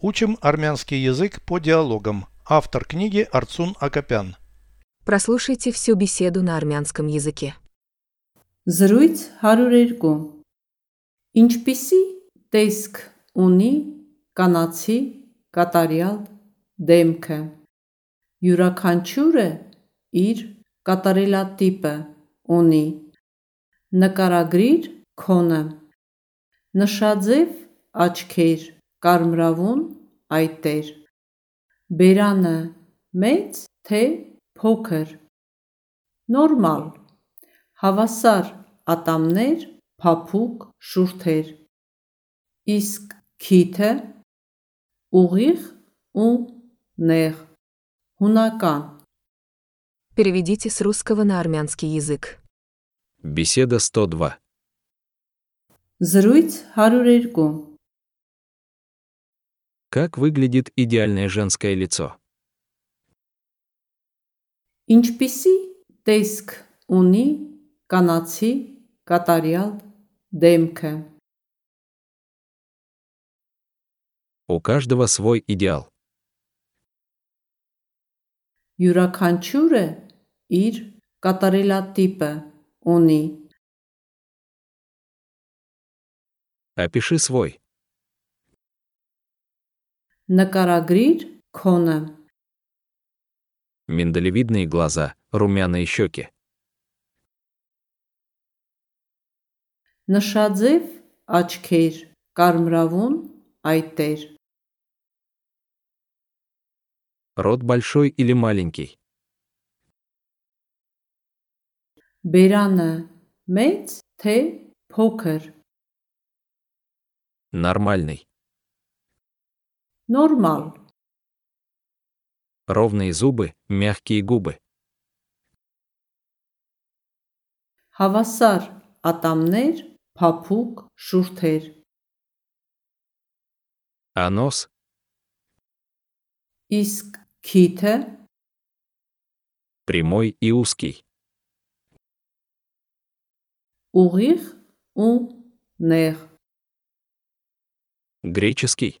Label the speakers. Speaker 1: Учим армянский язык по диалогам. Автор книги Арцун Акопян.
Speaker 2: Прослушайте всю беседу на армянском языке.
Speaker 3: Զրույց 102 Ինչպիսի տեսք ունի կանացի կատարյալ դեմքը Յուրաքանչյուրը իր կատարելատիպը ունի Նկարագրիր քոնը Նշաձև աչքեր կարմրավուն այտեր Բերանը մեծ թե փոքր Նորմալ հավասար ատամներ, փափուկ շուրթեր։ Իսկ քիթը ուղիղ ու նեղ հունական
Speaker 2: Переведите с русского на армянский язык.
Speaker 4: Беседа 102.
Speaker 3: զրույց 102
Speaker 4: Как выглядит идеальное женское лицо?
Speaker 3: Ինչպիսի տեսք ունի կանացի կատարյալ դեմքը։
Speaker 4: У каждого свой идеал.
Speaker 3: Յուրաքանչյուրը իր կատարելատիպը ունի։
Speaker 4: Опиши свой.
Speaker 3: Նկարագրիր քոնը։
Speaker 4: Миндалевидные глаза, румяные щеки.
Speaker 3: Նշաձև աչքեր, կարմրավուն այտեր,
Speaker 4: Рот большой или маленький?
Speaker 3: բերանը մեծ թե փոքր,
Speaker 4: Нормальный.
Speaker 3: նորմալ,
Speaker 4: Ровные зубы, мягкие губы.
Speaker 3: հավասար ատամներ, փափուկ շուրթեր,
Speaker 4: А нос?
Speaker 3: իսկ քիթը
Speaker 4: Прямой и узкий.
Speaker 3: ուղիղ ու նեղ
Speaker 4: Греческий.